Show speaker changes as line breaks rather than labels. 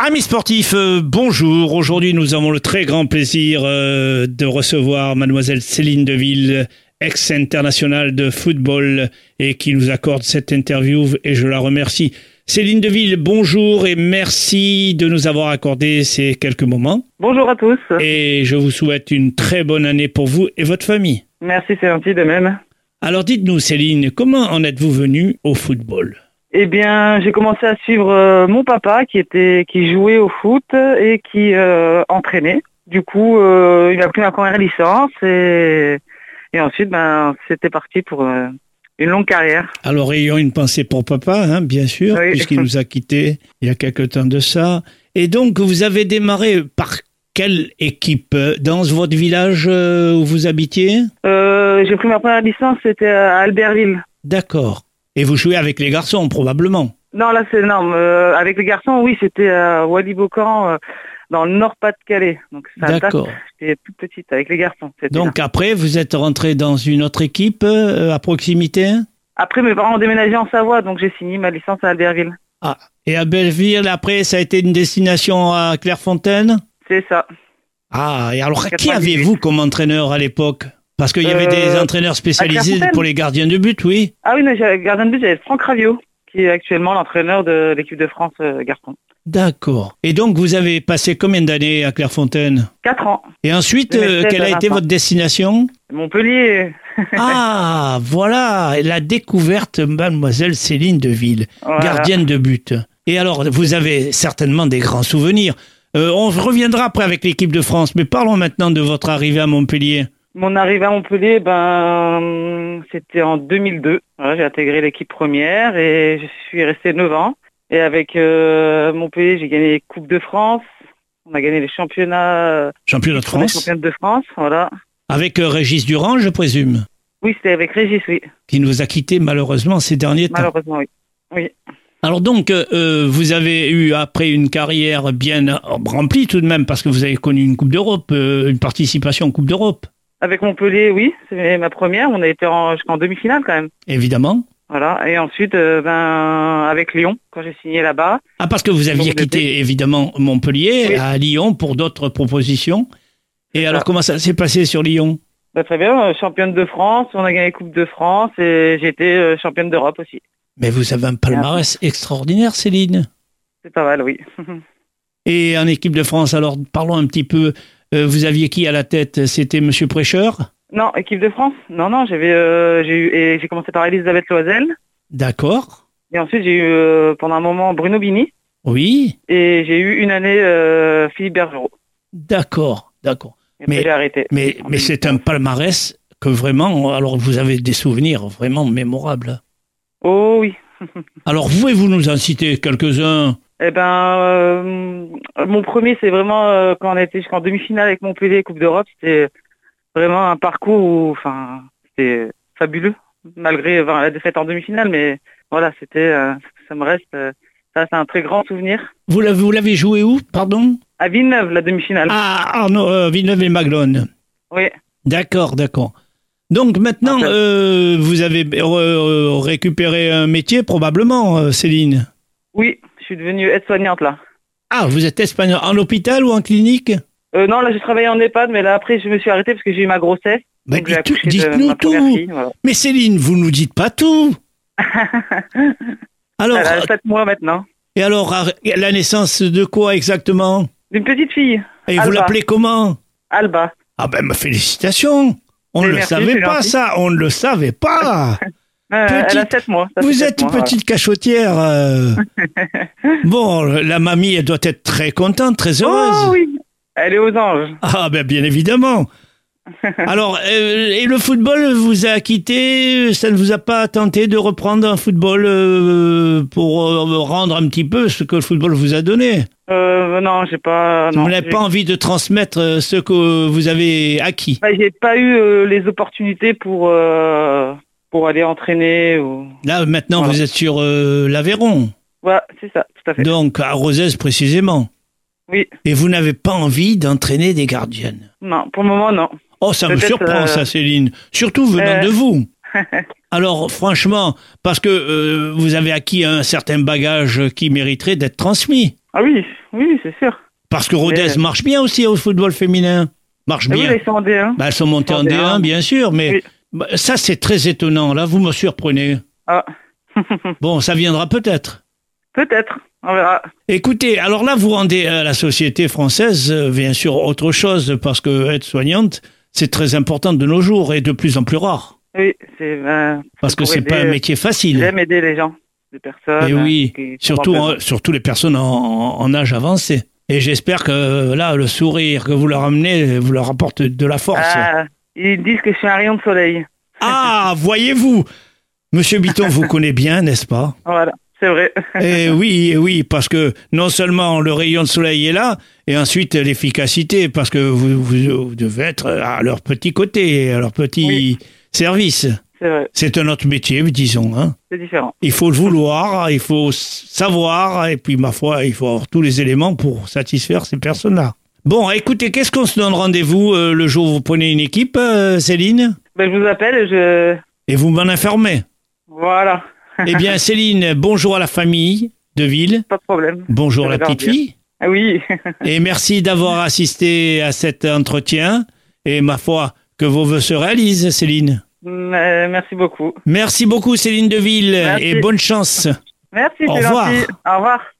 Amis sportifs, euh, bonjour. Aujourd'hui, nous avons le très grand plaisir euh, de recevoir mademoiselle Céline Deville, ex-internationale de football et qui nous accorde cette interview et je la remercie. Céline Deville, bonjour et merci de nous avoir accordé ces quelques moments
Bonjour à tous.
et je vous souhaite une très bonne année pour vous et votre famille.
Merci, c'est gentil de même.
Alors dites-nous Céline, comment en êtes-vous venue au football
Eh bien, j'ai commencé à suivre euh, mon papa qui était qui jouait au foot et qui euh, entraînait. Du coup, euh, il a pris ma première licence et, et ensuite, ben, c'était parti pour euh, une longue carrière.
Alors ayant une pensée pour papa, hein, bien sûr,
Oui.
puisqu'il nous a quittés il y a quelque temps de ça. Et donc vous avez démarré par quelle équipe euh, Dans votre village euh, où vous habitiez
Euh, j'ai pris ma première licence, c'était à Albertville.
D'accord. Et vous jouez avec les garçons probablement
Non, là, c'est énorme. Euh, avec les garçons, oui, c'était à Walibocan, euh, dans le Nord-Pas-de-Calais. Donc, Ah, ça date,
D'accord.
j'étais toute petite avec les garçons. c'était là.
Donc après, vous êtes rentré dans une autre équipe euh, à proximité
Après, mes parents ont déménagé en Savoie, donc j'ai signé ma licence à Albertville.
Ah, et à Belleville, après, ça a été une destination à Clairefontaine
C'est ça.
Ah, et alors qui
98.
avez-vous comme entraîneur à l'époque Parce qu'il y avait
Euh,
des entraîneurs spécialisés
Clairefontaine
pour les gardiens de but, oui.
Ah oui, mais j'avais- gardien de but, j'avais Franck Raviot, qui est actuellement l'entraîneur de l'équipe de France euh, garçon.
D'accord. Et donc, vous avez passé combien d'années à Clairefontaine
Quatre ans.
Et ensuite,
De
euh,
2016
quelle a
à
été
20.
votre destination
Montpellier.
Ah, voilà, la découverte, mademoiselle Céline Deville.
voilà.
gardienne de but. Et alors, vous avez certainement des grands souvenirs. Euh, on reviendra après avec l'équipe de France, mais parlons maintenant de votre arrivée à Montpellier.
Mon arrivée à Montpellier, ben, c'était en 2002. Voilà, j'ai intégré l'équipe première et je suis resté 9 ans. Et avec euh, Montpellier, j'ai gagné Coupe de France. On a gagné les championnats, euh,
Championnat de
on est
France,
championne de France. Voilà.
avec euh, Régis Durand, je présume,
Oui, c'était avec Régis, oui.
qui nous a quittés malheureusement ces derniers temps.
Malheureusement, oui.
Alors donc, euh, euh, vous avez eu après une carrière bien remplie tout de même, parce que vous avez connu une Coupe d'Europe, euh, une participation en Coupe d'Europe,
Avec Montpellier, oui, c'est ma première. On a été en- jusqu'en demi-finale quand même.
évidemment.
Voilà. Et ensuite, euh, ben, avec Lyon, quand j'ai signé là-bas.
Ah, parce que vous aviez
Donc,
quitté évidemment Montpellier
Oui.
à Lyon pour d'autres propositions. Et alors,
ça.
comment ça s'est passé sur Lyon
Bah, très bien, euh, championne de France, on a gagné Coupe de France et j'ai été euh, championne d'Europe aussi.
Mais vous avez un palmarès extraordinaire, Céline.
C'est pas mal, oui.
Et en équipe de France, alors parlons un petit peu. euh, vous aviez qui à la tête C'était Monsieur Prêcheur
non, équipe de France Non, non, j'avais, euh, j'ai eu, et j'ai commencé par Elisabeth Loisel.
D'accord.
Et ensuite, j'ai eu euh, pendant un moment Bruno Bini.
Oui.
Et j'ai eu une année euh, Philippe Bergerot.
D'accord. D'accord.
Et
Mais-
après, j'ai arrêté.
Mais,
En
mais
2019.
c'est un palmarès que vraiment. Alors vous avez des souvenirs vraiment mémorables.
Oh oui.
Alors pouvez-vous nous en citer quelques-uns
Eh ben, euh, mon premier, c'est vraiment euh, quand on a été jusqu'en demi-finale avec Montpellier Coupe d'Europe. C'était vraiment un parcours où, enfin, c'était fabuleux, malgré enfin, la défaite en demi-finale. Mais voilà, c'était, euh, ça me reste, euh, ça c'est un très grand souvenir.
Vous l'avez, vous l'avez joué où Pardon
À Villeneuve, la demi-finale.
Ah, Arnaud euh, Villeneuve et Maglone.
Oui,
D'accord, d'accord. Donc maintenant,
En fait-
euh, vous avez euh, récupéré un métier probablement, euh, Céline.
oui, je suis devenue aide-soignante là.
Ah, vous êtes espagnol. En hôpital ou en clinique
Euh, non, là, je travaillais en EHPAD, mais là après, je me suis arrêtée parce que j'ai eu ma grossesse.
Bah,
donc j'ai
dites-
accouché de
Dites-nous
ma première
tout.
fille, voilà.
Mais Céline, vous nous dites pas tout. alors,
Elle a 7 mois maintenant.
et alors, à- la naissance de quoi exactement
D'une petite fille,
Et vous
Alba.
l'appelez comment
Alba.
Ah ben, ma félicitations. On
Mais
ne le
merci,
savait
c'est
pas
gentil.
ça. On ne le savait pas.
Euh, Elle a
Petite.
7 mois. ça fait
Vous
sept
êtes
mois,
une
voilà.
petite cachotière. euh. bon, la mamie, elle doit être très contente, très heureuse.
Oh oui, elle est aux anges.
Ah ben bien évidemment. Alors, euh, et le football vous a quitté Ça ne vous a pas tenté de reprendre un football euh, pour euh, rendre un petit peu ce que le football vous a donné
Euh, non, j'ai pas. Non,
Vous n'avez
j'ai-
pas envie de transmettre euh, ce que vous avez acquis
Bah, j'ai pas eu euh, les opportunités pour euh, pour aller entraîner ou.
Là, maintenant,
Voilà.
vous êtes sur euh, l'Aveyron,
Voilà, c'est ça, tout à fait.
donc à Rosès précisément.
Oui.
Et vous n'avez pas envie d'entraîner des gardiennes
Non, pour le moment non.
Oh, ça me
Peut-être,
surprend,
euh,
ça, Céline. Surtout venant
euh,
de vous. Alors, franchement, parce que euh, vous avez acquis un certain bagage qui mériterait d'être transmis.
Ah oui, oui, c'est sûr.
Parce que Rodez
Mais-
marche bien aussi au football féminin. Marche
Ah oui,
bien.
là, ils sont en D1.
Bah, elles sont montées en
en D1,
D1, bien sûr, mais
Oui.
bah, ça, c'est très étonnant. Là, vous me surprenez.
Ah.
Bon, ça viendra peut-être.
Peut-être, on verra.
Écoutez, alors là, vous rendez à la société française, euh, bien sûr, autre chose, parce que être soignante, c'est très important de nos jours et de plus en plus rare.
Oui, c'est. ben,
Parce que
pour
c'est
aider,
pas un
euh,
métier facile.
J'aime aider les gens, les personnes.
Et Eh oui,
euh, qui sont
Surtout,
en-
en- surtout les personnes en, en âge avancé. Et j'espère que là, le sourire que vous leur amenez, vous leur apporte de la force.
Ah, ils disent que je suis un rayon de soleil.
Ah, voyez-vous Monsieur Bitton vous connaît bien, n'est-ce pas
Voilà, c'est vrai.
Eh oui, eh oui, parce que non seulement le rayon de soleil est là, et ensuite l'efficacité, parce que vous, vous- vous devez être à leur petit côté, à leur petit
Oui.
service.
C'est vrai,
C'est un autre métier, disons. Hein.
c'est différent.
Il faut le vouloir, il faut s- savoir, et puis ma foi, il faut avoir tous les éléments pour satisfaire ces personnes-là. Bon, écoutez, qu'est-ce qu'on se donne rendez-vous euh, le jour où vous prenez une équipe, euh, Céline
Ben, je vous appelle, je.
Et vous m'en informez.
Voilà,
Eh bien, Céline, bonjour à la famille de Ville.
pas de problème.
Bonjour
Ça
la
va
petite
bien.
fille.
Ah oui,
Et merci d'avoir assisté à cet entretien. Et ma foi, que vos voeux se réalisent, Céline.
Euh, merci beaucoup.
Merci beaucoup, Céline Deville.
Merci.
Et bonne chance.
Merci,
Au
c'est
revoir.
gentil. Au revoir.